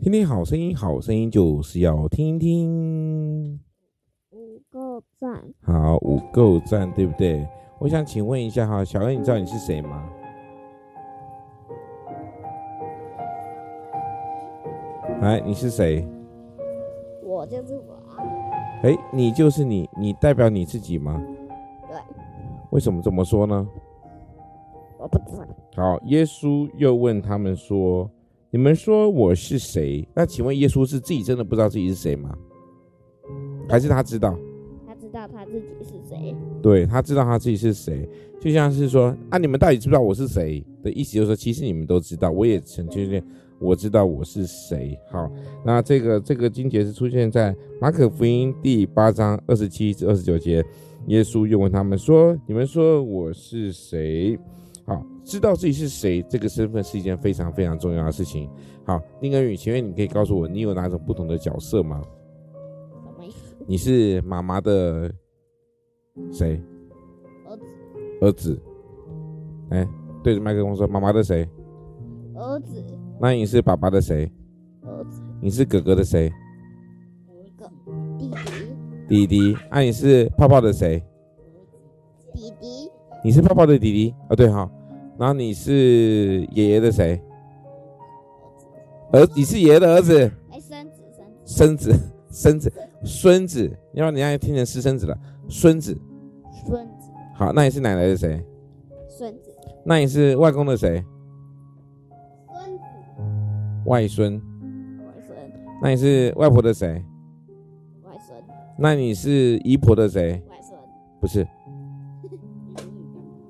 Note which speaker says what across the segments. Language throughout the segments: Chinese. Speaker 1: 听听好声音，好声音就是要听听。
Speaker 2: 五个赞，
Speaker 1: 好，五够赞，对不对？我想请问一下哈，小恩，你知道你是谁吗？来，哎你是谁？
Speaker 2: 我就是我啊，
Speaker 1: 哎，你就是你，你代表你自己吗？
Speaker 2: 对。
Speaker 1: 为什么这么说呢？
Speaker 2: 我不知道，
Speaker 1: 好，耶稣又问他们说：“你们说我是谁？”那请问耶稣是自己真的不知道自己是谁吗？还是他知道？
Speaker 2: 他知道他自己是谁，
Speaker 1: 对他知道他自己是谁，就像是说啊，你们到底知不知道我是谁的意思，就是说其实你们都知道，我也曾确认我知道我是谁。好，那这个这个经节是出现在马可福音第八章二十七至二十九节，耶稣又问他们说：“你们说我是谁？”好，知道自己是谁这个身份是一件非常非常重要的事情。好，丁根宇，前面你可以告诉我，你有哪种不同的角色吗？
Speaker 2: 什么意思？
Speaker 1: 你是妈妈的谁？
Speaker 2: 儿子，
Speaker 1: 儿子，哎，对着麦克风说：“妈妈的谁？
Speaker 2: 儿子，
Speaker 1: 那你是爸爸的谁？
Speaker 2: 儿子，
Speaker 1: 你是哥哥的谁？
Speaker 2: 五个弟
Speaker 1: 弟
Speaker 2: 弟，
Speaker 1: 弟？啊，你是泡泡的谁？
Speaker 2: 弟弟，
Speaker 1: 你是泡泡的弟弟啊、对哈、然后你是爷爷的谁？儿，你是爷爷的儿子，
Speaker 2: 哎，孙子，
Speaker 1: 孙
Speaker 2: 孙子，
Speaker 1: 子，孙子，孙子，要不然人家听成私生子了，孙子。
Speaker 2: 孙子，
Speaker 1: 好，那你是奶奶的谁？
Speaker 2: 孙子，
Speaker 1: 那你是外公的谁？
Speaker 2: 孙子，
Speaker 1: 外孙。
Speaker 2: 外孙，
Speaker 1: 那你是外婆的谁？
Speaker 2: 外孙，
Speaker 1: 那你是姨婆的谁？
Speaker 2: 外孙，嗯
Speaker 1: 不是，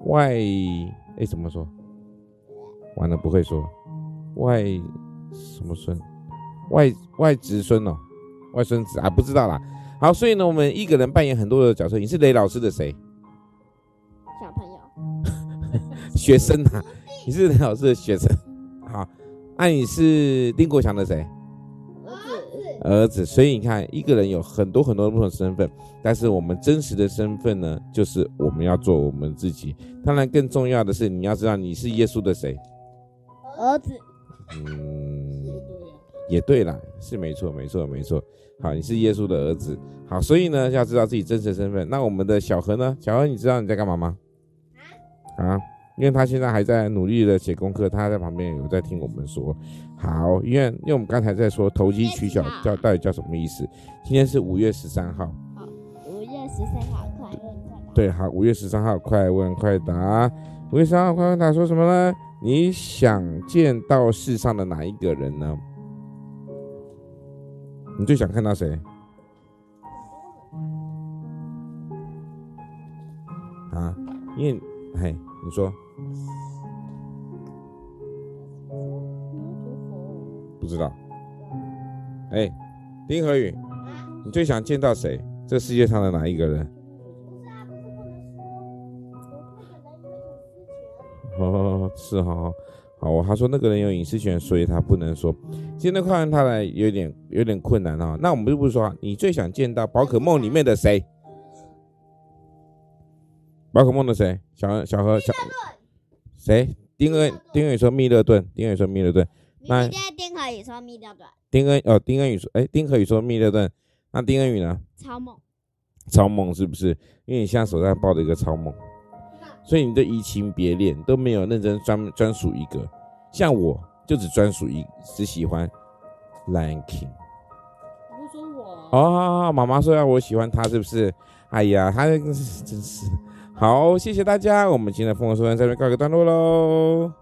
Speaker 1: 外哎怎么说？完了不会说，外什么孙？外外侄孙哦，外孙子啊，不知道啦。好，所以呢，我们一个人扮演很多的角色。你是雷老师的谁？
Speaker 2: 小朋友，
Speaker 1: 学生啊，你是雷老师的学生。好，那、你是丁国强的谁？
Speaker 2: 儿子，
Speaker 1: 儿子。所以你看，一个人有很多很多不同身份，但是我们真实的身份呢，就是我们要做我们自己。当然，更重要的是，你要知道你是耶稣的谁。
Speaker 2: 儿子，
Speaker 1: 嗯，也对啦，是没错，没错，没错。好，你是耶稣的儿子。好，所以呢，要知道自己真实的身份。那我们的小何呢？小何，你知道你在干嘛吗？啊，因为他现在还在努力的写功课，他在旁边有在听我们说。好，因为因为我们刚才在说投机取巧
Speaker 2: 天哪
Speaker 1: 叫到底叫什么意思？今天是五月十三号，
Speaker 2: 五月十三号快乐快乐，
Speaker 1: 对，好，五月十三号快问快答，五月十三号快问快答说什么呢？你想见到世上的哪一个人呢？你最想看到谁？啊，因为，嘿，你说
Speaker 2: 嗯
Speaker 1: 不知道？哎，丁和宇，你最想见到谁？这世界上的哪一个人？
Speaker 2: 啊
Speaker 1: 哦， 是哈、哦，好，我他说那个人有隐私权，所以他不能说。今天的快问他来有点有点困难哈、那我们就不说啊，你最想见到宝可梦里面的谁？宝可梦的谁？小小何小谁？丁恩丁恩宇说密勒顿，丁恩宇说密勒顿，
Speaker 2: 你
Speaker 1: 那
Speaker 2: 今天电话也说密掉短，
Speaker 1: 丁恩哦丁恩宇说哎丁可宇说密勒顿，那丁恩宇呢？
Speaker 2: 超猛，
Speaker 1: 超梦是不是？因为你现在手上抱着一个超梦，所以你都移情别恋，都没有认真专专属一个。像我就只专属一，只喜欢 Lion King。
Speaker 3: 不是说我
Speaker 1: 哦，妈妈说要我喜欢他，是不是？哎呀，他真是真是的。好，谢谢大家，我们今天的《疯狂说》在这边告一个段落喽。